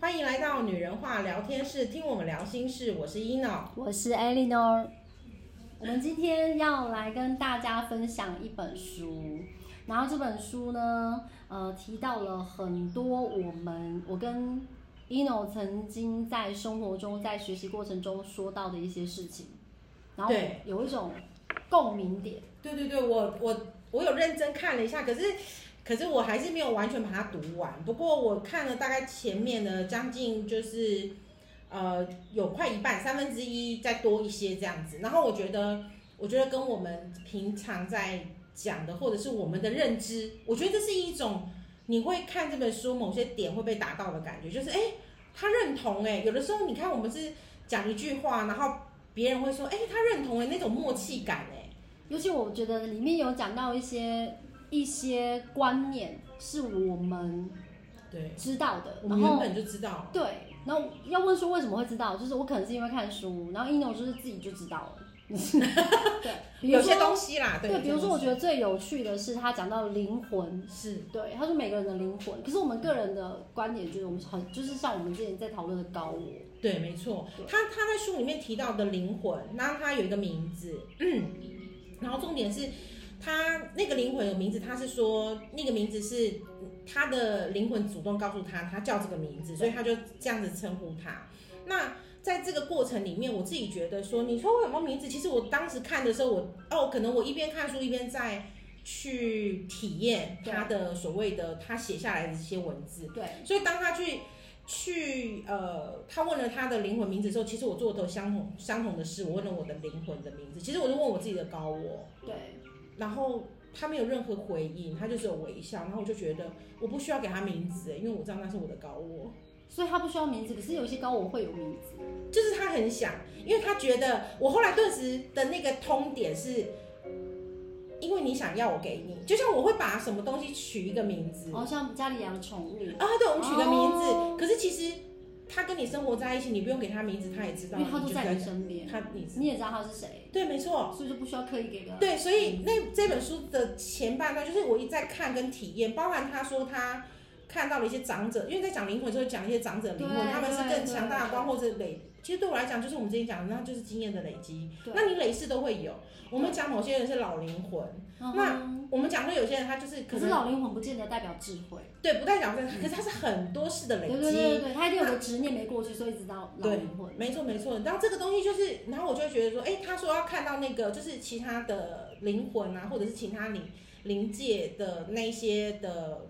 欢迎来到女人话聊天室，听我们聊心事。我是 ino，我是 Eleanor。我们今天要来跟大家分享一本书，然后这本书呢，呃，提到了很多我们我跟 ino 曾经在生活中、在学习过程中说到的一些事情，然后对有一种共鸣点。对对对，我我我有认真看了一下，可是可是我还是没有完全把它读完。不过我看了大概前面的将近就是呃有快一半，三分之一再多一些这样子。然后我觉得我觉得跟我们平常在讲的或者是我们的认知，我觉得这是一种你会看这本书某些点会被打到的感觉，就是哎他认同哎，有的时候你看我们是讲一句话，然后别人会说哎他认同哎那种默契感哎。尤其我觉得里面有讲到一些一些观念是我们对，知道的，我然们后原本就知道，对，然后要问说为什么会知道，就是我可能是因为看书，然后 ino 就是自己就知道了。对，比如有些说东西啦，对，比如说我觉得得最有趣的是他讲到灵魂，是对，他说每个人的灵魂，可是我们个人的观点就是我们很就是像我们之前在讨论的高我，对，没错对。他他在书里面提到的灵魂，那他有一个名字，嗯然后重点是他那个灵魂有名字，他是说那个名字是他的灵魂主动告诉他，他叫这个名字，所以他就这样子称呼他。那在这个过程里面，我自己觉得说，你说我有没有名字？其实我当时看的时候我，哦，可能我一边看书一边在去体验他的所谓的他写下来的这些文字。对，所以当他去去呃，他问了他的灵魂名字之后，其实我做的都相同相同的事，我问了我的灵魂的名字，其实我就问我自己的高我，对，然后他没有任何回应，他就只有微笑，然后我就觉得我不需要给他名字，因为我知道那是我的高我，所以他不需要名字，可是有一些高我会有名字，就是他很想，因为他觉得我后来顿时的那个通点是。因为你想要我给你，就像我会把什么东西取一个名字，哦，像家里养的宠物，啊，对，我们取个名字。哦可是其实他跟你生活在一起，你不用给他名字，他也知道。因为他你都就在你身边，他你你也知道他是谁，对，没错，所以就不需要刻意给个对，所以那这本书的前半段就是我一直在看跟体验，包含他说他看到了一些长者，因为在讲灵魂的时候讲一些长者的灵魂，对他们是更对强大的光或者累。其实对我来讲，就是我们之前讲的，那就是经验的累积。那你累世都会有。我们讲某些人是老灵魂，嗯那哼我们讲说有些人他就是可可是能老灵魂不见得代表智慧，对不代表这，可是他是很多事的累对积。对对对对，他一定有个执念没过去，所以一直到老对灵魂。没错没错，然后这个东西就是，然后我就会觉得说，哎，他说要看到那个就是其他的灵魂啊，或者是其他灵灵界的那些的，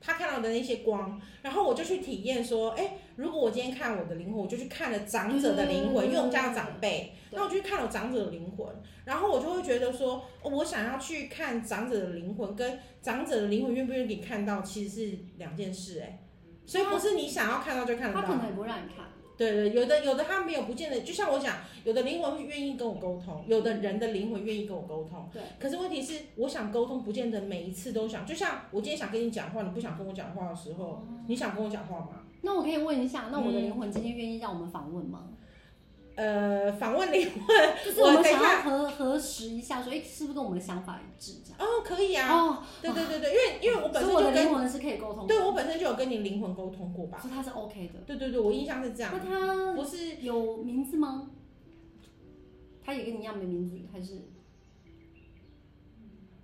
他看到的那些光，然后我就去体验说，哎，如果我今天看我的灵魂，我就去看了长者的灵魂，嗯因为我们家有长辈，对那我就去看了长者的灵魂，然后我就会觉得说，哦我想要去看长者的灵魂，跟长者的灵魂愿不愿意给你看到，其实是两件事、哎，所以不是你想要看到就看得到。他可能也不会让你看，对对，有的有的他没有不见得，就像我讲，有的灵魂会愿意跟我沟通，有的人的灵魂愿意跟我沟通。对，可是问题是，我想沟通，不见得每一次都想。就像我今天想跟你讲话，你不想跟我讲话的时哦候，你想跟我讲话吗？那我可以问一下，那我的灵魂今天愿意让我们访问 吗？呃，访问灵魂就是我我们等一想下要核核实一下，说哎，诶是不是跟我们的想法一致这样？哦，可以啊。哦，对对对对，因为因为我本身所以我就的跟灵魂是可以沟通的，对我本身就有跟你灵魂沟通过吧。所以他是 OK 的。对对对，啊我印象是这样那，他不是有名字吗？他也跟你一样没名字，还是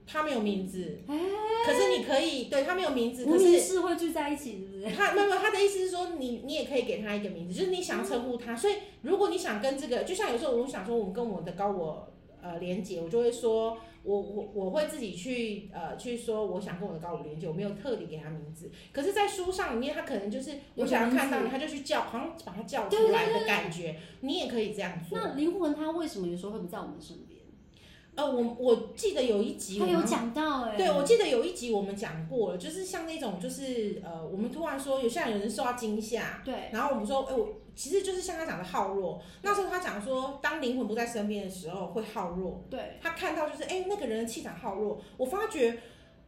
他没有名字，哎可是你可以对他没有名字，无可名是氏会聚在一起，是不是？他没有，没有他的意思是说你，你也可以给他一个名字，就是你想要称呼他。所以如果你想跟这个，就像有时候我想说，我们跟我的高我呃连接，我就会说，我我我会自己去呃去说，我想跟我的高我连接，我没有特地给他名字。可是，在书上里面，他可能就是有我个想要名看到字你，他就去叫，好像把他叫对出对来对的感觉。你也可以这样做。那灵魂他为什么有时候会不在我们身边？呃，我我记得有一集他我有们讲到哎，对，我记得有一集我们讲过了，就是像那种，就是呃，我们突然说有像有人受到惊吓，对然后我们说，哎、我其实就是像他讲的好弱。那时候他讲说，当灵魂不在身边的时候会好弱。对。他看到就是，哎、那个人的气场好弱。我发觉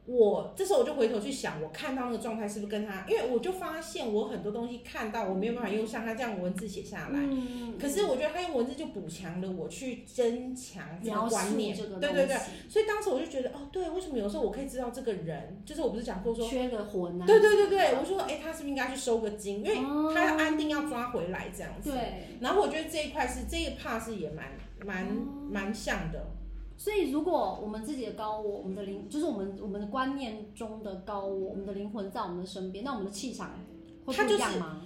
我这时候我就回头去想，我看到那个状态是不是跟他，因为我就发现我很多东西看到我没有办法用像他这样文字写下来，嗯，可是我觉得他用文字就补强了我去增强这个描观述念，这个对对东对，西所以当时我就觉得哦，对，为什么有时候我可以知道这个人，就是我不是讲过说，缺个魂啊，对对对对，我说哎，他是不是应该去收个金，因为哦他要安定要抓回来这样子，对，然后我觉得这一块是这一 part 是也蛮蛮哦蛮像的，所以，如果我们自己的高我，我们的灵，就是我们我们的观念中的高我，我们的灵魂在我们的身边，那我们的气场会它不就一是样吗？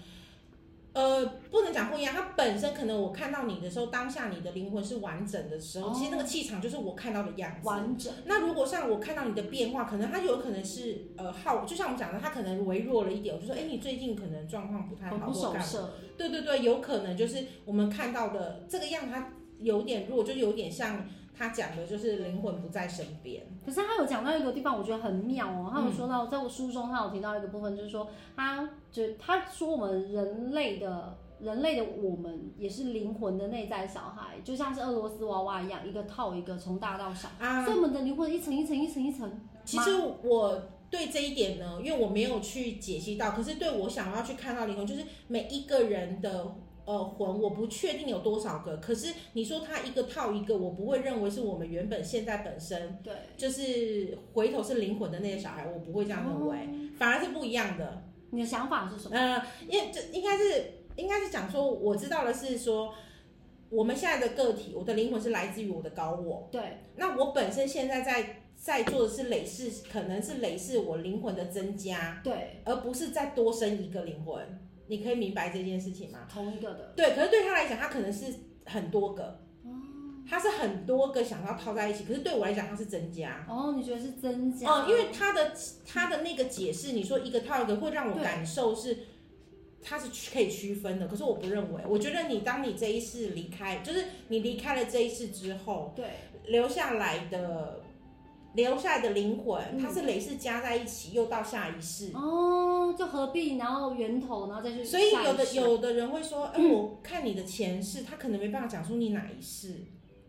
呃，不能讲不一样，它本身可能我看到你的时候，当下你的灵魂是完整的时候，哦其实那个气场就是我看到的样子。完整，那如果像我看到你的变化，可能它有可能是呃好，就像我们讲的，它可能微弱了一点。我就说，哎、你最近可能状况不太魂好，不或守干嘛舍，对对对，有可能就是我们看到的这个样，它有点弱，就有点像他讲的，就是灵魂不在身边。可是他有讲到一个地方，我觉得很妙哦。嗯他有说到，在我书中，他有提到一个部分，就是说，他觉他说我们人类的人类的我们也是灵魂的内在小孩，就像是俄罗斯娃娃一样，一个套一个，从大到小，啊，所以我们的灵魂一层一层一层一层。其实我对这一点呢，因为我没有去解析到，可是对我想要去看到灵魂，就是每一个人的呃魂，我不确定有多少个，可是你说它一个套一个，我不会认为是我们原本现在本身对，就是回头是灵魂的那些小孩，我不会这样认哦为，反而是不一样的。你的想法是什么？呃，因为这应该是应该是讲说，我知道的是说。我们现在的个体，我的灵魂是来自于我的高我，对，那我本身现在在在做的是累世，可能是累世我灵魂的增加，对，而不是再多生一个灵魂。你可以明白这件事情吗？同一个的。对，可是对他来讲，他可能是很多个，他是很多个想要套在一起，可是对我来讲，他是增加。哦，你觉得是增加？哦，因为他的他的那个解释，你说一个套一个，会让我对感受是它是区可以区分的，可是我不认为。我觉得你当你这一世离开，就是你离开了这一世之后，对留下来的留下来的灵魂，嗯它是累世加在一起，又到下一世。哦，就合并，然后源头，然后再去所下一以世。嗯有的有的人会说，哎、我看你的前世，他可能没办法讲出你哪一世，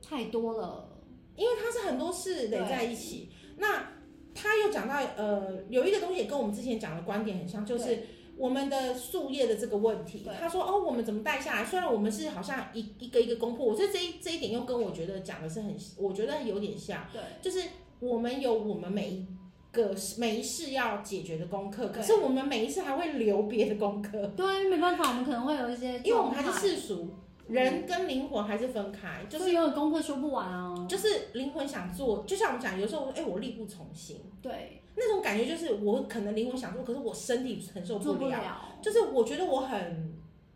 太多了，因为他是很多世累在一起。那他又讲到，呃，有一个东西也跟我们之前讲的观点很像，就是对我们的树叶的这个问题对。他说，哦，我们怎么带下来？虽然我们是好像一一个一个攻破，我觉得这一这一点又跟我觉得讲的是很，我觉得有点像。对就是我们有我们每一个每一事要解决的功课，可对是我们每一次还会留别的功课，对，没办法，我们可能会有一些状态，因为我们还是世俗，嗯人跟灵魂还是分开，就就是是永远功课修不完啊。就是灵魂想做，就像我们讲，有时候我哎、我力不从心，对，那种感觉就是我可能灵魂想做，可是我身体承受做不不了，了。就是我觉得我很。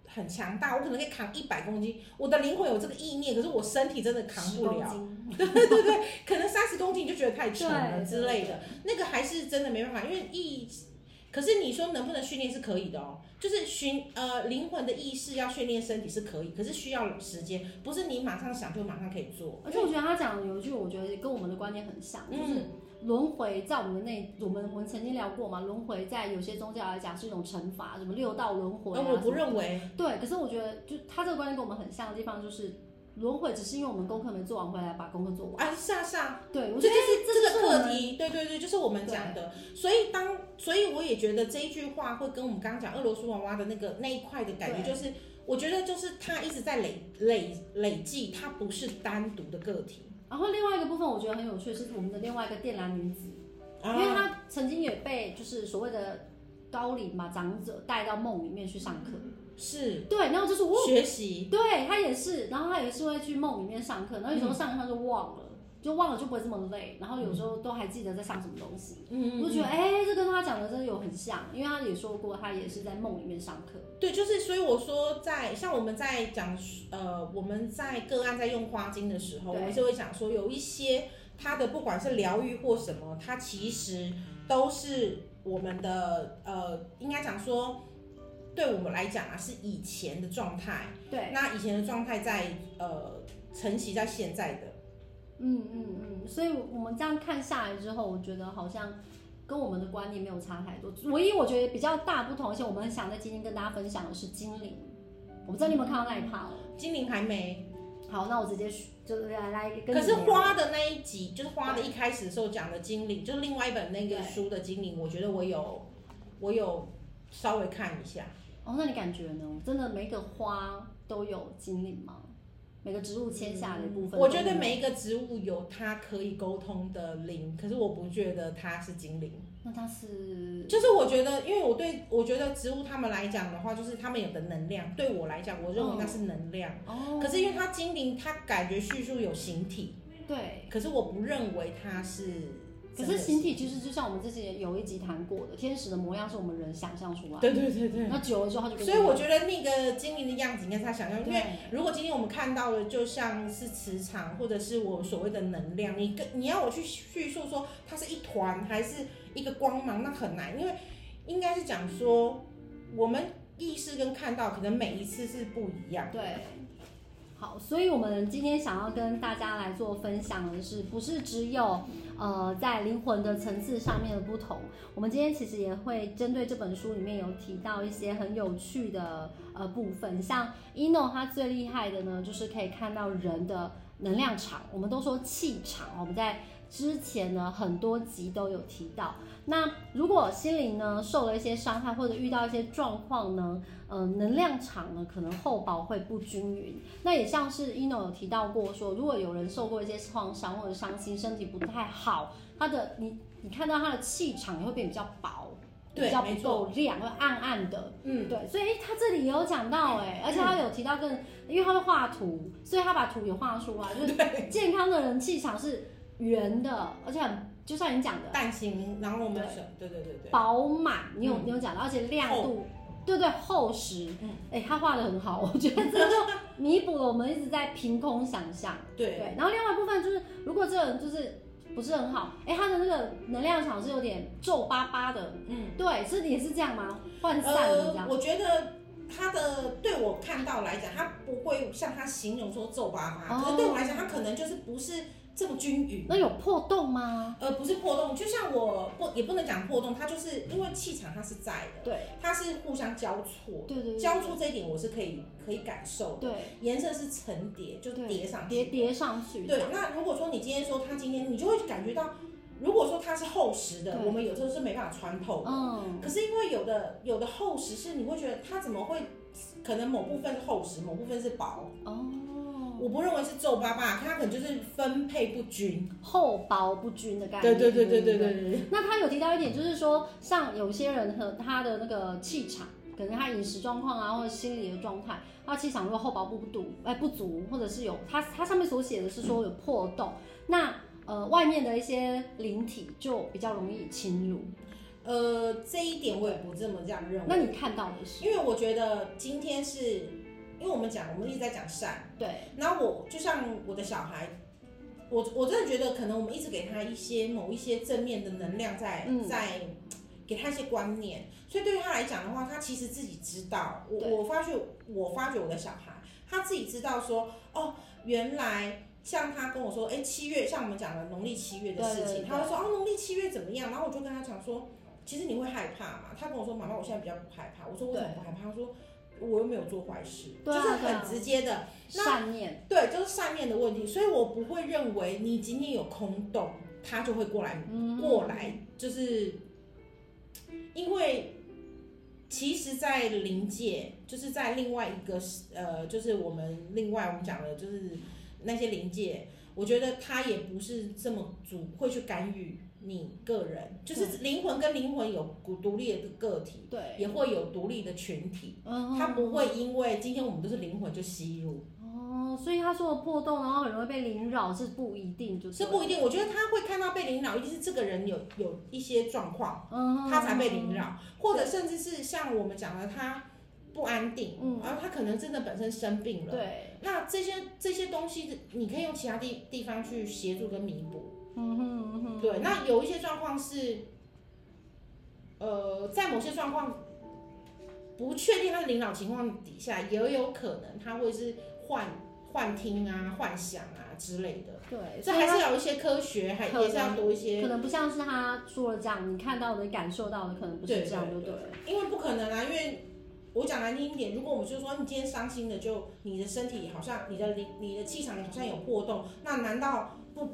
很强大，我可能可以扛一百公斤，我的灵魂有这个意念，可是我身体真的扛十不公了。斤对对对对，可能三十公斤你就觉得太沉了对之类的。的，那个还是真的没办法，因为意，可是你说能不能训练是可以的哦，就是训呃灵魂的意识要训练身体是可以，可是需要时间，不是你马上想就马上可以做。而且我觉得他讲的有一句，我觉得跟我们的观念很像，就是嗯，轮回在我们的内，我们我们曾经聊过嘛，轮回在有些宗教来讲是一种惩罚，什么六道轮回而啊。哎哦我不什么认为，对，可是我觉得，就他这个观念跟我们很像的地方，就是轮回只是因为我们功课没做完，回来把功课做完。啊是啊是啊，对，我我觉觉得得这这这这是个我课们题，对对对，就是我们讲的。所以当，所以我也觉得这一句话会跟我们刚刚讲俄罗斯娃娃的那个那一块的感觉，对就是我觉得就是它一直在累累累计，它不是单独的个体。然后另外一个部分，我觉得很有趣，是我们的另外一个电缆女子，因为啊她曾经也被就是所谓的高龄嘛长者带到梦里面去上课。是对，然后就是我，学习。对她也是，然后她也是会去梦里面上课，然后有时嗯候上课她就忘了。就忘了就不会这么累，然后有时候都还记得在上什么东西，嗯，我就觉得嗯哎、这跟她讲的真的有很像，因为她也说过她也是在梦里面上课，对，就是所以我说在，像我们在讲呃，我们在个案在用花精的时候，我对们就会讲说，有一些它的不管是疗愈或什么，它其实都是我们的呃，应该讲说，对我们来讲啊，是以前的状态，对，那以前的状态在呃承袭在现在的。嗯嗯嗯，所以我们这样看下来之后，我觉得好像跟我们的观念没有差太多。唯一我觉得比较大不同，而且我们很想在今天跟大家分享的是精灵。我不知道你有没有看到那一趴哦，精灵还没，好，那我直接就是来来跟你嗯可是聊花的那一集，就是花的一开始的时候讲的精灵，就是另外一本那个对书的精灵，我觉得我有我有稍微看一下，哦，那你感觉呢？真的每个花都有精灵吗？每个植物切下来的部嗯分，我觉得。每一个植物有它可以沟通的灵，可是我不觉得它是精灵。那它是就是我觉得，因为我对我觉得植物它们来讲的话，就是它们有的能量，对我来讲，我认为那是能量。哦，可是因为它精灵，它感觉叙述有形体，对，可是我不认为它是可真的。是形体其实就像我们之前有一集谈过的，天使的模样是我们人想象出来的，对对对对。那久了之后它就变所以我觉得那个精灵的样子应该是他想象，因为对如果今天我们看到的就像是磁场，或者是我所谓的能量，你跟你要我去叙述说它是一团还是一个光芒，那很难，因为应该是讲说我们意识跟看到可能每一次是不一样。对，好，所以我们今天想要跟大家来做分享的是，不是只有呃在灵魂的层次上面的不同？我们今天其实也会针对这本书里面有提到一些很有趣的呃部分，像 ino 他最厉害的呢，就是可以看到人的能量场，我们都说气场，我们在。之前呢，很多集都有提到。那如果心灵呢受了一些伤害，或者遇到一些状况呢，呃，能量场呢，可能厚薄会不均匀。那也像是 ino 有提到过说，如果有人受过一些创伤或者伤心，身体不太好，他的你你看到他的气场也会变比较薄，对比较没不错够亮，会暗暗的。嗯，对，所以诶他这里也有讲到哎、而且他有提到更，因为他会画图，所以他把图也画出来，就是对，健康的人气场是圆的，而且很就像你讲的蛋形，然后我们选，对对对对，饱满，你有、嗯你有讲到，而且亮度，对对厚实，嗯哎、他画的很好， 我觉得这就弥补了我们一直在凭空想象。对对，然后另外一部分就是，如果这个人就是不是很好，哎、他的那个能量场是有点皱巴巴的，嗯，对，是也是这样吗？涣散的这呃样，，我觉得。他的对我看到来讲，他不会像他形容说皱巴哦巴，可是对我来讲，他可能就是不是这么均匀。那有破洞吗？呃，不是破洞，就像我不也不能讲破洞，它就是因为气场它是在的，对，它是互相交错对对的，对对，交错这一点我是可以可以感受的，对，颜色是层叠，就对叠上叠去。叠上去，对，那如果说你今天说它今天，你就会感觉到，如果说它是厚实的，对我们有时候是没办法穿透的。嗯，可是因为有的有的厚实是你会觉得它怎么会，可能某部分是厚实，某部分是薄，哦，我不认为是皱巴巴，它可能就是分配不均。厚薄不均的概对念，对对不对对对对。那他有提到一点，就是说，像有些人和他的那个气场，可能他饮食状况啊，或者心理的状态，他气场如果厚薄不足，哎不足，或者是有他他上面所写的是说有破洞，那呃外面的一些灵体就比较容易侵入。呃，这一点我也不这么这样认那为，你看到的是因为我觉得今天是，因为我们讲，我们一直在讲善，对然后我就像我的小孩，我我真的觉得可能我们一直给他一些某一些正面的能量在、嗯在。给他一些观念，所以对于他来讲的话，他其实自己知道。我对我发觉，我发觉我的小孩，他自己知道说，哦，原来像他跟我说，哎，七月，像我们讲的农历七月的对事对情，对他会说，哦，农历七月怎么样？然后我就跟他讲说，其实你会害怕嘛？他跟我说：“妈妈，我现在比较不害怕。”我说：“为什么不害怕？”他说：“我又没有做坏事。对啊就是对啊很直接的，那善念，对，就是善念的问题。所以我不会认为你今天有空洞，他就会过来、嗯，过来，就是因为其实，在灵界，就是在另外一个呃，就是我们另外我们讲的，就是那些灵界，我觉得他也不是这么主会去干预你个人，就是灵魂跟灵魂有独独立的个体，对，也会有独立的群体，嗯他不会因为今天我们都是灵魂就吸入，哦，所以他说的破洞，然后很容易被凌扰是不一定，就是不一定。我觉得他会看到被领导，一定是这个人有有一些状况。嗯，他才被领扰，或者甚至是像我们讲的，他不安定，嗯然后他可能真的本身生病了。对，那这些这些东西，你可以用其他地地方去协助跟弥补。嗯哼嗯哼，对，那有一些状况是，呃，在某些状况不确定他的领导情况底下，也有可能他会是幻幻听啊、幻想啊之类的。对，这所以还他是要有一些科学，还可能也是要多一些可能不像是他说的这样，你看到的、感受到的可能不是这样，就对了。因为不可能啊，因为我讲难听一点，如果我们就说你今天伤心的，就你的身体好像你的灵你的气场好像有波动，那难道不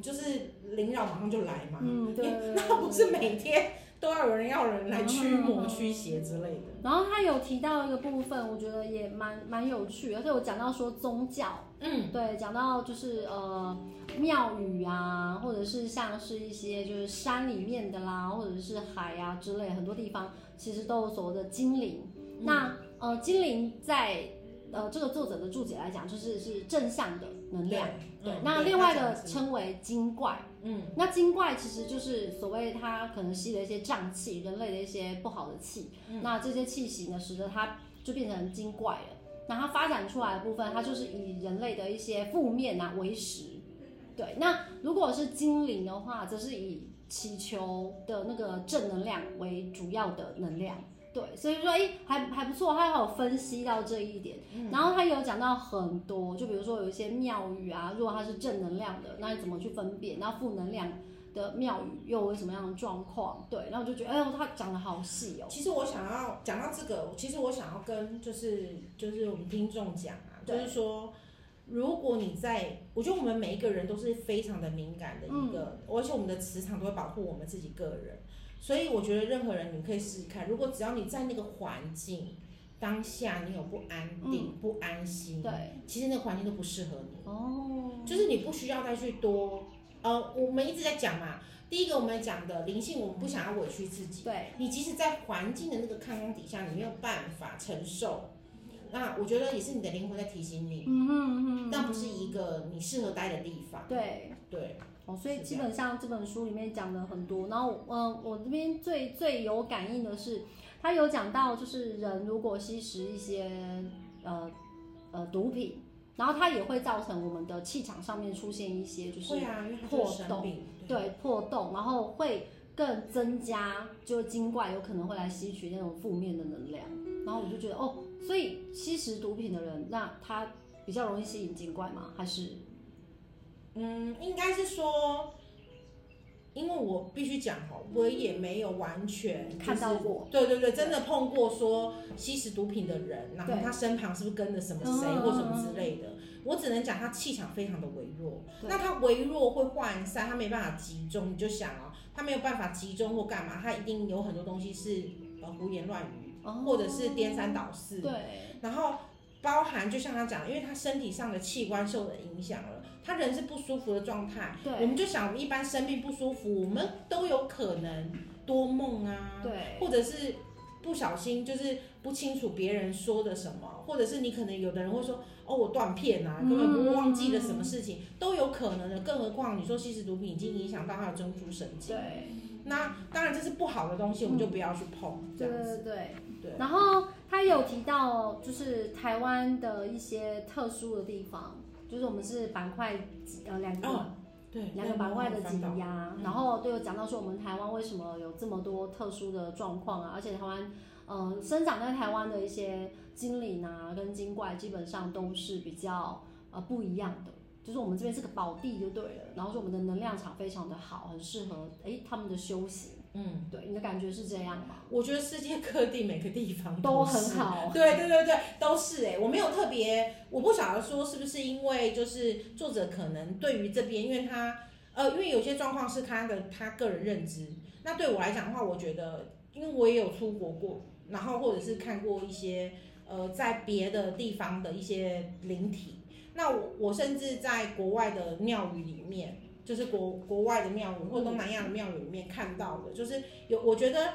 就是灵扰马上就来吗？ 嗯，对对。对那不是每天都要有人要人来驱嗯嗯魔嗯驱邪之类的？然后他有提到一个部分，我觉得也蛮蛮有趣的，而且我讲到说宗教，嗯，对，讲到就是呃庙宇啊，或者是像是一些就是山里面的啦，或者是海啊之类，很多地方其实都有所谓的精灵。嗯那呃精灵在呃这个作者的注解来讲，就是是正向的能量。对，嗯那对另外他讲的的是称为精怪。嗯，那精怪其实就是所谓它可能吸了一些瘴气，人类的一些不好的气。嗯那这些气息呢，使得它就变成精怪了。那它发展出来的部分，它就是以人类的一些负面啊为食。对，那如果是精灵的话，则是以祈求的那个正能量为主要的能量。对，所以说，哎、还还不错，他还有分析到这一点，然后他有讲到很多，就比如说有一些庙宇啊，如果它是正能量的，那你怎么去分辨？然后负能量的庙宇又有什么样的状况？对，然后我就觉得，哎呦，他讲的好细哦、其实我想要讲到这个，其实我想要跟就是就是我们听众讲啊，就对是说，如果你在，我觉得我们每一个人都是非常的敏感的一个，嗯而且我们的磁场都会保护我们自己个人，所以我觉得任何人你可以试试看，如果只要你在那个环境当下你有不安定、不安心，嗯对，其实那个环境都不适合你。哦，就是你不需要再去多，呃，我们一直在讲嘛，第一个我们讲的灵性，我们不想要委屈自己，对，你即使在环境的那个抗光底下，你没有办法承受，那我觉得也是你的灵魂在提醒你，嗯哼嗯哼，嗯那不是一个你适合待的地方。对。对，哦，所以是基这样本上这本书里面讲的很多，然后嗯、呃我这边最最有感应的是，他有讲到就是人如果吸食一些呃呃毒品，然后它也会造成我们的气场上面出现一些就是会啊，因为它就是生病，对破洞，然后会更增加，就是精怪有可能会来吸取那种负面的能量。然后我就觉得哦，所以吸食毒品的人，那他比较容易吸引精怪吗？还是嗯，应该是说。因为我必须讲哈，我也没有完全、就是看到过？对对对，真的碰过说吸食毒品的人，然后对他身旁是不是跟着什么谁嗯或什么之类的？我只能讲他气场非常的微弱，对那他微弱会涣散，他没办法集中。你就想哦，他没有办法集中或干嘛，他一定有很多东西是呃胡言乱语，哦或者是颠三倒四。对，然后包含就像他讲，因为他身体上的器官受了影响了，他人是不舒服的状态。对我们就想，我们一般生病不舒服，我们都有可能多梦啊，对，或者是不小心就是不清楚别人说的什么，或者是你可能有的人会说哦我断片啊，根本不忘记了什么事嗯情，都有可能的。更何况你说吸食毒品已经影响到他的中枢神经，对，那当然这是不好的东西，我们就不要去碰，这对样子。对对。对，然后他有提到，就是台湾的一些特殊的地方，就是我们是板块挤呃两个、哦对，两个板块的挤压嗯，然后都有讲到说我们台湾为什么有这么多特殊的状况啊，而且台湾，嗯、生长在台湾的一些精灵啊跟精怪基本上都是比较呃不一样的，就是我们这边是个宝地就对了，然后说我们的能量场非常的好，很适合诶他们的修行，嗯，对，你的感觉是这样吗？我觉得世界各地每个地方都是很好，对对对对，都是哎、我没有特别，我不晓得说是不是因为就是作者可能对于这边，因为他呃，因为有些状况是他的他个人认知。那对我来讲的话，我觉得，因为我也有出国过，然后或者是看过一些呃在别的地方的一些灵体。那我我甚至在国外的庙宇里面，就是国国外的庙宇或东南亚的庙宇里面看到的，就是有我觉得，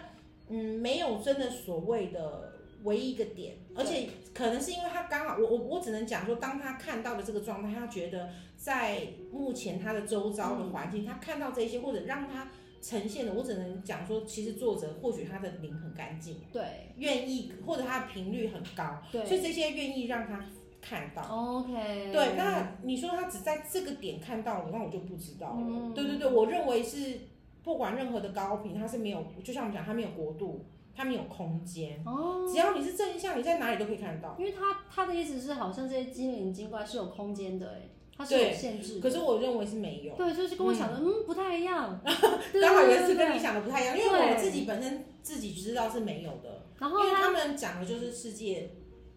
嗯，没有真的所谓的唯一一个点，而且可能是因为他刚好，我我我只能讲说，当他看到的这个状态，他觉得在目前他的周遭的环境，他看到这些或者让他呈现的，我只能讲说，其实作者或许他的灵很干净，对愿意或者他的频率很高，所对以这些愿意让他看到。 ，OK，对，那你说他只在这个点看到了，那我就不知道了。嗯对对对，我认为是不管任何的高频，它是没有，就像我们讲，它没有国度，它没有空间，哦。只要你是正向，你在哪里都可以看得到。因为他他的意思是，好像这些精灵精怪是有空间的，哎，它是有对限制的。可是我认为是没有，嗯对，就是跟我想的，嗯，不太一样。对刚好对也是对跟你想的不太一样，因为我对自己本身自己知道是没有的，然因后为他他们讲的就是世界，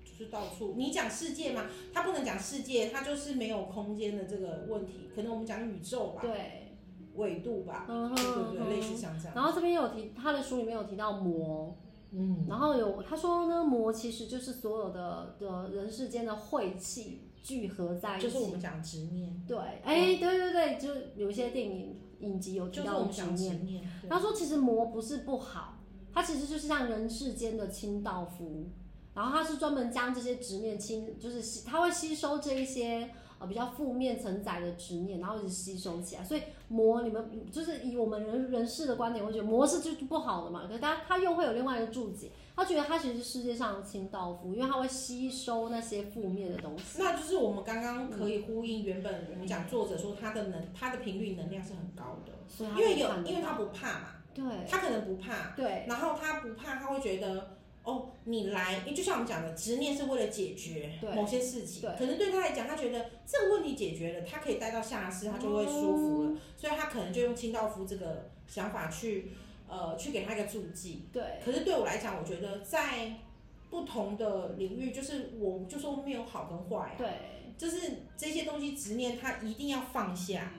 就是到处。你讲世界嘛，他不能讲世界，他就是没有空间的这个问题。可能我们讲宇宙吧，对，纬度吧，嗯哼对不嗯对？类似哼。像这样。然后这边有提他的书里面有提到魔，嗯，然后有他说呢，魔其实就是所有的的人世间的晦气聚合在一起。就是我们讲执念，对，哎、对对对，就有一些电影影集有提就是到我们执讲执念。念。对他说其实魔不是不好，它其实就是像人世间的清道夫，然后他是专门将这些执念清，就是吸他会吸收这一些呃比较负面承载的执念，然后一直吸收起来。所以魔，你们就是以我们人人世的观点，会觉得魔是就不好的嘛，可是他他又会有另外一个注解，他觉得他其实是世界上的清道夫，因为他会吸收那些负面的东西。那就是我们刚刚可嗯以呼应原本我们讲作者说他的能，他的频率能量是很高的，所以他因为会有看得因为他到不怕嘛，啊对他可能不怕，对然后他不怕，他会觉得哦，你来，因为就像我们讲的，执念是为了解决对某些事情对，可能对他来讲，他觉得这个问题解决了，他可以待到下世，他就会舒服了，哦所以他可能就用清道夫这个想法去呃去给他一个注记。对可是对我来讲，我觉得在不同的领域，就是我就说没有好跟坏、啊，对。就是这些东西执念，他一定要放下，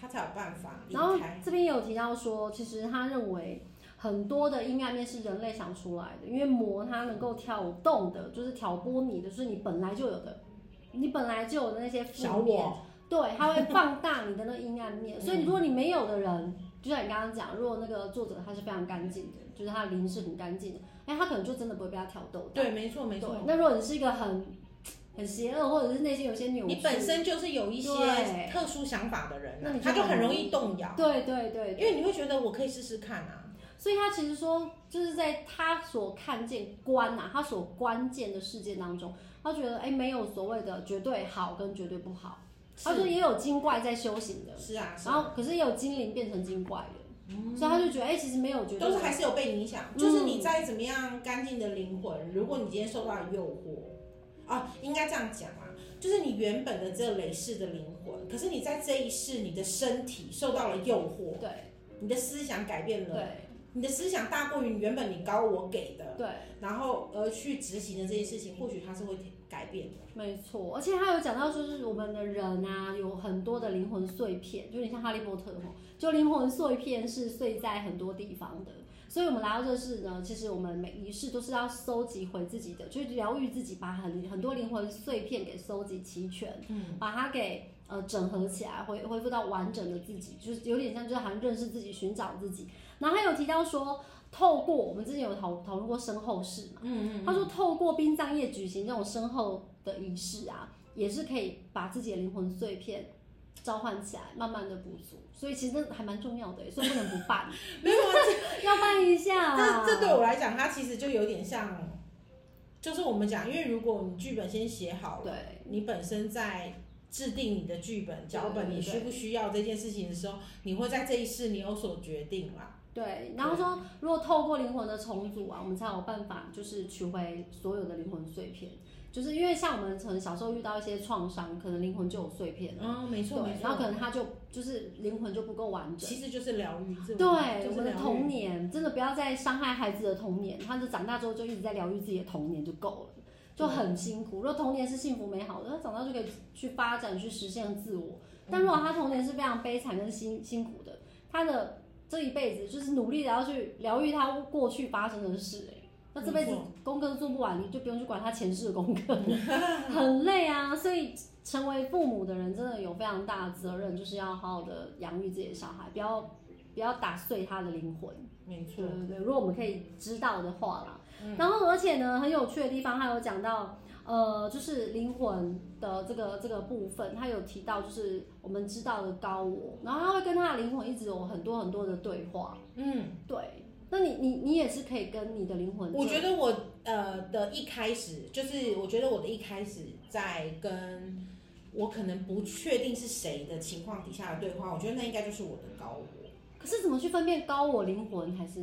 他才有办法离然后开。这边也有提到说，其实他认为很多的阴暗面是人类想出来的，因为魔它能够挑动的，就是挑拨你的，就是你本来就有的，你本来就有的那些小负面，我，对，它会放大你的那个阴暗面。嗯所以如果你没有的人，就像你刚刚讲，如果那个作者他是非常干净的，就是他的灵是很干净的，哎，他可能就真的不会被他挑逗到。对，没错，没对错。那如果你是一个很很邪恶，或者是内心有些扭曲，你本身就是有一些对特殊想法的人、那啊你，就他就很很容容易动摇，对对对，因为你会觉得我可以试试看啊。所以他其实说，就是在他所看见观啊，他所关键的事件当中，他觉得哎、没有所谓的绝对好跟绝对不好。他说是也有精怪在修行的，是啊，是然啊，后可是也有精灵变成精怪的，所以他就觉得哎、其实没有绝对都是好。还是有被影响。嗯就是你再怎么样干净的灵魂，如果你今天受到诱惑，啊，应该这样讲啊，就是你原本的这累世的灵魂，可是你在这一世，你的身体受到了诱惑，对你的思想改变了，对你的思想大过于原本你高我给的，对，然后而去执行的这些事情，或许它是会改变的。没错。而且他有讲到说，就是我们的人啊，有很多的灵魂碎片，就有点像哈利波特哦，就灵魂碎片是碎在很多地方的。所以，我们来到这世呢，其实我们每一世都是要收集回自己的，去疗愈自己，把很很多灵魂碎片给收集齐全，嗯，把它给呃整合起来，恢恢复到完整的自己，就是有点像就是好像认识自己，寻找自己。然后他有提到说，透过我们之前有讨讨论过身后事嘛，嗯他说透过殡葬业举行这种身后的仪式啊，也是可以把自己的灵魂碎片。召唤起来，慢慢的补足，所以其实那还蛮重要的耶，所以不能不办， 没有啊， 要办一下啊啦。这这对我来讲，它其实就有点像，就是我们讲，因为如果你剧本先写好了，对你本身在制定你的剧本脚本，对对你需不需要这件事情的时候，你会在这一世你有所决定啦。对，然后说如果透过灵魂的重组啊，我们才有办法就是取回所有的灵魂碎片，就是因为像我们可能小时候遇到一些创伤，可能灵魂就有碎片了，嗯，没错没对，然后可错，能它就就是灵魂就不够完整其。实就是疗愈，自对，就我是们的疗愈。童年真的不要再伤害孩子的童年，他就长大之后就一直在疗愈自己的童年就够了，就很辛苦。如果童年是幸福美好的，他长大就可以去发展、去实现自我。但如果他童年是非常悲惨跟辛辛苦的，他的这一辈子就是努力的要去疗愈他过去发生的事、欸，那这辈子没错功课做不完，你就不用去管他前世的功课，很累啊。所以成为父母的人真的有非常大的责任，就是要好好的养育自己的小孩，不要不要打碎他的灵魂。没错对，对对，如果我们可以知道的话啦。嗯然后，而且呢，很有趣的地方，他有讲到，呃，就是灵魂的这个这个部分，他有提到，就是我们知道的高我，然后他会跟他的灵魂一直有很多很多的对话。嗯，对，那你你你也是可以跟你的灵魂做，我觉得我呃的一开始，就是我觉得我的一开始在跟我可能不确定是谁的情况底下的对话，我觉得那应该就是我的高我。可是怎么去分辨高我灵魂还是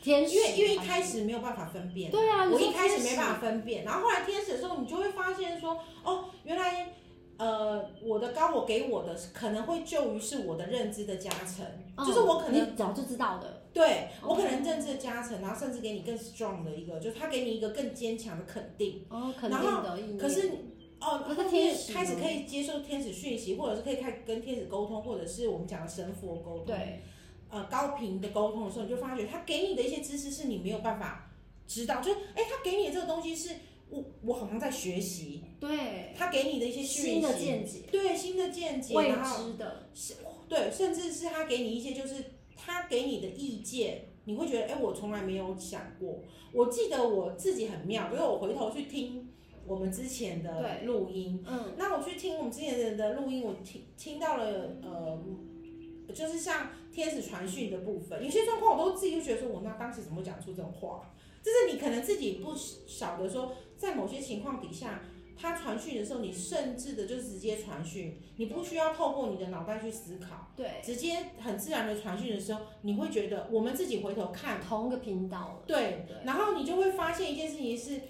天使？因为因为一还是开始没有办法分辨，对啊，我一开始没法。办法分辨，然后后来天使的时候，你就会发现说，哦，原来呃，我的高我给我的可能会就于是我的认知的加成，就是哦我可能你哦早就知道的，对我 OK 可能认知的加成，然后甚至给你更 strong 的一个，就是他给你一个更坚强的肯定。哦，肯然定的意念。可是哦，不是后天面使开始吗可以接受天使讯息，或者是可以开始跟天使沟通，或者是我们讲的神佛沟通，对，呃高频的沟通的时候，你就发觉他给你的一些知识是你没有办法知道，就是哎，他给你的这个东西是我我好像在学习，对，他给你的一些新讯的息，见解，对新的见解，未然后知的，对，甚至是他给你一些就是他给你的意见，你会觉得哎、诶我从来没有想过。我记得我自己很妙，就是我回头去听我们之前的对录音，嗯，那我去听我们之前的录音，我听听到了呃，就是像天使传讯的部分，有些状况我都自己就觉得说，我那当时怎么讲出这种话？就是你可能自己不晓得说，在某些情况底下，他传讯的时候，你甚至的就是直接传讯，你不需要透过你的脑袋去思考，对，直接很自然的传讯的时候，你会觉得我们自己回头看，同一个频道了，对，对然后你就会发现一件事情是，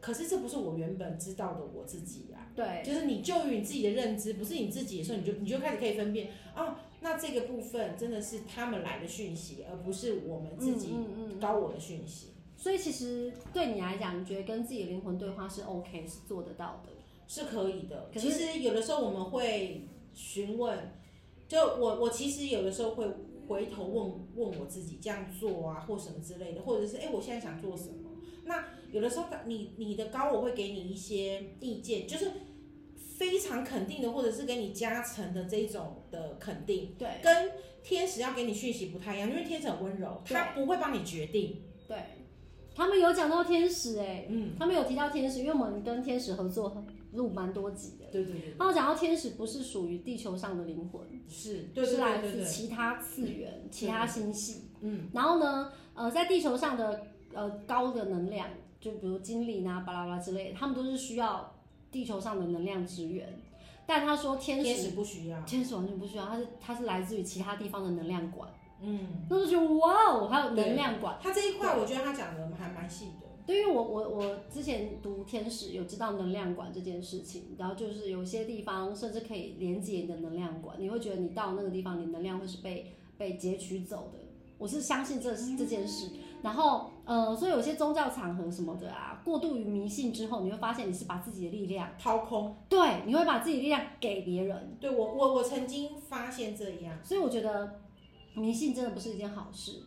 可是这不是我原本知道的我自己啊。对，就是你就于你自己的认知，不是你自己的时候，你就你就开始可以分辨哦，那这个部分真的是他们来的讯息，而不是我们自己嗯嗯嗯。高我的讯息，所以其实对你来讲，你觉得跟自己的灵魂对话是 OK，是做得到的。是可以的。可是其实有的时候我们会询问，就我我其实有的时候会回头问问我自己这样做啊，或什么之类的，或者是哎、诶我现在想做什么？那有的时候你你的高我会给你一些意见，就是非常肯定的，或者是给你加成的这种的肯定。对跟天使要给你讯息不太一样，因为天使很温柔，对他不会帮你决定。对，他们有讲到天使哎、嗯，他们有提到天使，因为我们跟天使合作录蛮多集的。对对对，他们讲到天使不是属于地球上的灵魂，是，对对是来对自对对，其他次元、其他星系。嗯，然后呢，呃，在地球上的呃高的能量，就比如精灵啊、巴拉巴拉之类的，他们都是需要地球上的能量支援。但他说天天使使，不需要。天使完全不需要，它是它是来自于其他地方的能量管。嗯，那我就觉得哇哦，还有能量管。他这一块我觉得他讲的还蛮细的。对，因为我我我之前读天使有知道能量管这件事情，然后就是有些地方甚至可以连接你的能量管，你会觉得你到那个地方，你能量会是被被截取走的。我是相信这这件事，然后呃，所以有些宗教场合什么的啊，过度于迷信之后，你会发现你是把自己的力量，掏空，对，你会把自己的力量给别人，对我我我曾经发现这样，所以我觉得迷信真的不是一件好事，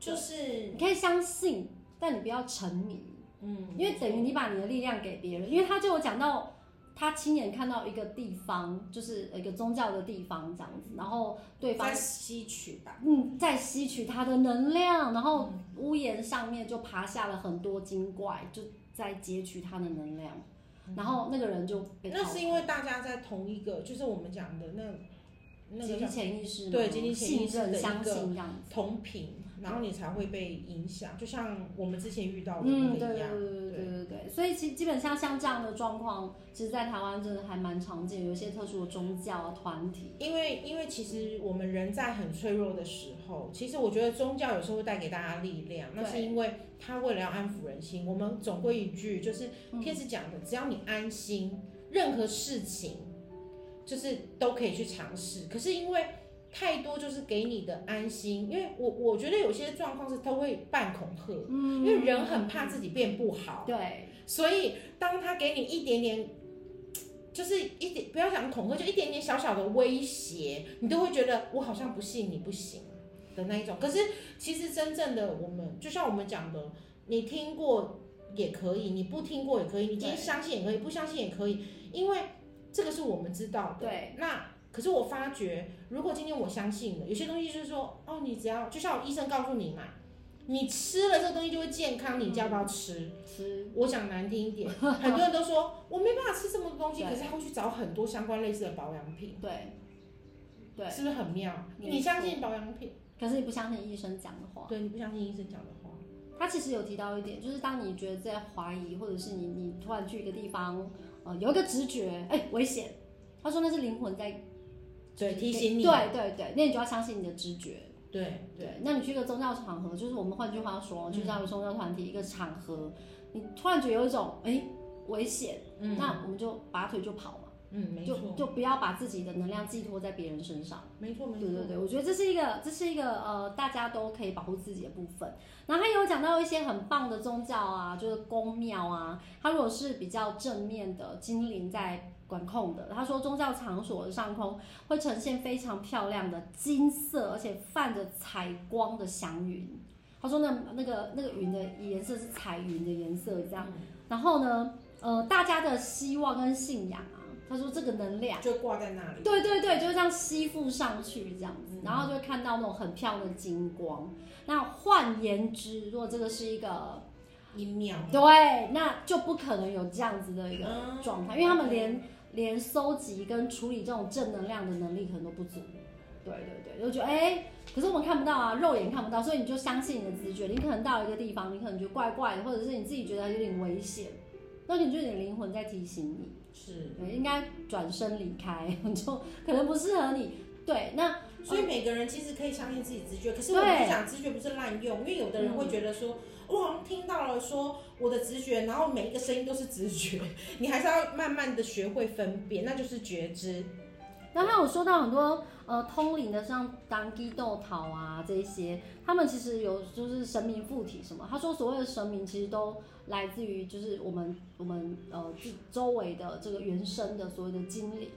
就是你可以相信，但你不要沉迷。嗯，因为等于你把你的力量给别人，因为他就有讲到他亲眼看到一个地方，就是一个宗教的地方这样子，然后对方在吸取吧，嗯在吸取他的能量，然后屋檐上面就爬下了很多精怪，就在截取他的能量，然后那个人就被嗯那淘是因为大家在同一个，就是我们讲的那那集个体叫潜意识嘛对集体潜意识信任的一相个信这样子，同频，然后你才会被影响，就像我们之前遇到的那嗯，个对一对样。对对对对，所以其基本上像这样的状况，其实在台湾真的还蛮常见，有一些特殊的宗教啊团体。因为因为其实我们人在很脆弱的时候，其实我觉得宗教有时候会带给大家力量，那对是因为他为了要安抚人心。我们总归一句就是嗯天使讲的，只要你安心，任何事情就是都可以去尝试。可是因为太多就是给你的安心，因为我我觉得有些状况是他会半恐吓，嗯因为人很怕自己变不好，对所以当他给你一点点，就是一点不要讲恐吓，就一点点小小的威胁，你都会觉得我好像不信你不行的那一种。可是其实真正的我们，就像我们讲的，你听过也可以，你不听过也可以，你今天对相信也可以，不相信也可以，因为这个是我们知道的。对那可是我发觉，如果今天我相信了，有些东西就是说，哦，你只要就像我医生告诉你嘛，你吃了这个东西就会健康，你就要不要吃？吃，我讲难听一 点，很多人都说我没办法吃这么多东西，对可是他会去找很多相关类似的保养品，对对。是不是很妙？没你相错信保养品？可是你不相信医生讲的话，对，你不相信医生讲的话，他其实有提到一点，就是当你觉得在怀疑，或者是你你突然去一个地方，呃，有一个直觉，哎、危险。他说那是灵魂在对，提醒你，对对对，那你就要相信你的直觉。对对，对，那你去一个宗教场合，就是我们换句话说，嗯就像一个宗教团体一个场合，你突然觉得有一种哎、危险，嗯，那我们就拔腿就跑嘛。嗯，没就错，就不要把自己的能量寄托在别人身上。没错，没对对错，对，我觉得这是一个，这是一个呃，大家都可以保护自己的部分。然后他有讲到一些很棒的宗教啊，就是宫庙啊，他如果是比较正面的精灵在管控的，他说宗教场所的上空会呈现非常漂亮的金色，而且泛着彩光的祥云。他说那那个那个云的颜色是彩云的颜色这样。然后呢，呃，大家的希望跟信仰啊，他说这个能量。就挂在那里。对对对，就是这样吸附上去这样子，然后就会看到那种很漂亮的金光。那换言之，如果这个是一个阴庙，对，那就不可能有这样子的一个嗯状态，因为他们连连收集跟处理这种正能量的能力可能都不足。对对对，就觉得哎、可是我们看不到啊，肉眼看不到，所以你就相信你的直觉。你可能到一个地方，你可能觉得怪怪的，或者是你自己觉得有点危险，那你就有点灵魂在提醒你。是，对应该转身离开， 就可能不适合你。对，那所以每个人其实可以相信自己直觉，可是我们对不讲直觉不是滥用，因为有的人会觉得说，我好像听到了说我的直觉，然后每一个声音都是直觉，你还是要慢慢的学会分辨，那就是觉知。然后还有说到很多呃通灵的，像当地豆桃啊这一些，他们其实有就是神明附体什么。他说所谓的神明其实都来自于就是我们我们呃自周围的这个原生的所谓的精灵。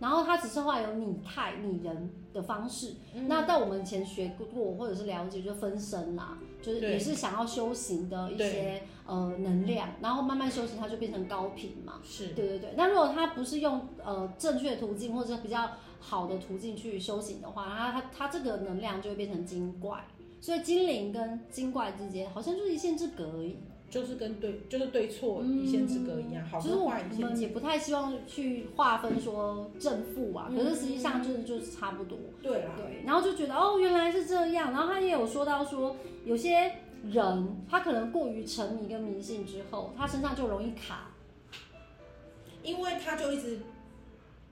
然后他只是后来有拟态拟人的方式，嗯那在我们以前学过或者是了解，就分身啦，就是对也是想要修行的一些呃能量，嗯然后慢慢修行，它就变成高频嘛。是，对对对，那如果他不是用呃正确的途径或者比较好的途径去修行的话，那他他这个能量就会变成精怪，所以精灵跟精怪之间好像就是一线之隔而已，嗯就是跟对就是对错一线之隔一样，好就是跟我坏一线们之也不太希望去划分说正负嗯啊，可是实际上就是就是差不多。隔。对啦，对，然后就觉得哦，原来是这样。然后他也有说到说，有些人他可能过于沉迷跟迷信之后，他身上就容易卡。因为他就一直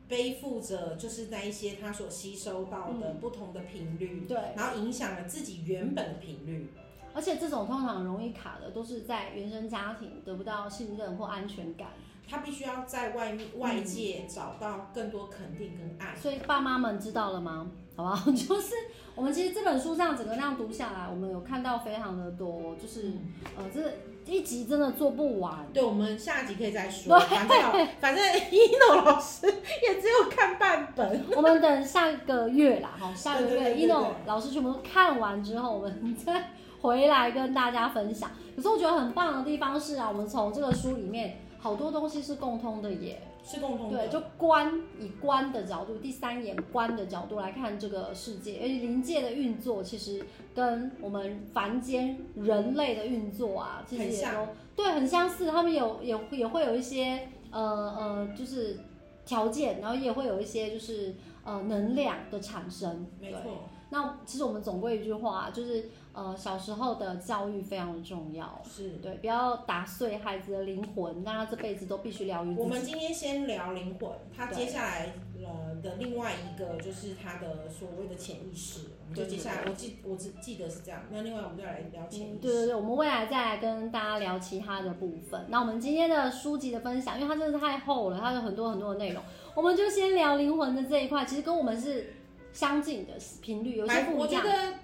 背负着就是那一些他所吸收到的不同的频率，对，然后影响了自己原本的频率。而且这种通常容易卡的，都是在原生家庭得不到信任或安全感，他必须要在外嗯面外界找到更多肯定跟爱。所以爸妈们知道了吗？好不好？ 就是我们其实这本书这样整个那样读下来，我们有看到非常的多，就是呃，这一集真的做不完。对，我们下集可以再说。反正老反正 一诺老师也只有看半本，我们等下个月啦，好，下个对对月对对 ino 老师全部都看完之后，我们再回来跟大家分享。可是我觉得很棒的地方是啊，我们从这个书里面好多东西是共通的耶。是共同对，的。就观以观的角度，第三眼观的角度来看这个世界，而且灵界的运作其实跟我们凡间人类的运作啊，其实很也像都对很相似。他们有也也会有一些呃呃，就是条件，然后也会有一些就是呃能量的产生。没对错，那其实我们总归一句话，就是呃小时候的教育非常重要，是。对，不要打碎孩子的灵魂，让他这辈子都必须疗愈自己。我们今天先聊灵魂，他对接下来呃的另外一个就是他的所谓的潜意识，我们就对接下来我记我只记得是这样，那另外我们就来聊潜嗯，意对对识。对，我们未来再来跟大家聊其他的部分。那我们今天的书籍的分享，因为它真的太厚了，它有很多很多的内容，我们就先聊灵魂的这一块。其实跟我们是相近的频率，有些来，不我一觉样。得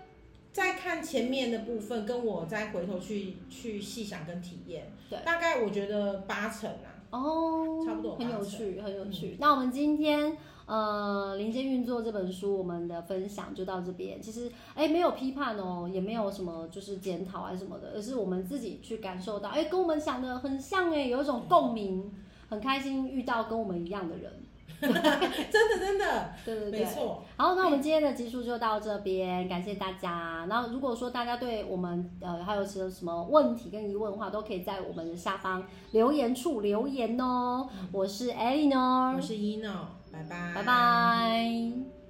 在看前面的部分，跟我再回头去去细想跟体验，对大概我觉得八成啊， 哦，差不多嗯很有八成趣，很有趣。那我们今天呃《林间运作》这本书，我们的分享就到这边。其实哎，没有批判哦，也没有什么就是检讨啊什么的，而是我们自己去感受到，哎，跟我们想的很像哎，有一种共鸣，很开心遇到跟我们一样的人。真的真的， 对对没对。错。好，那我们今天的集数就到这边，感谢大家。然后如果说大家对我们呃还有什什么问题跟疑问的话，都可以在我们的下方留言处留言哦。我是 Eleanor，我是一诺，拜拜，拜。拜。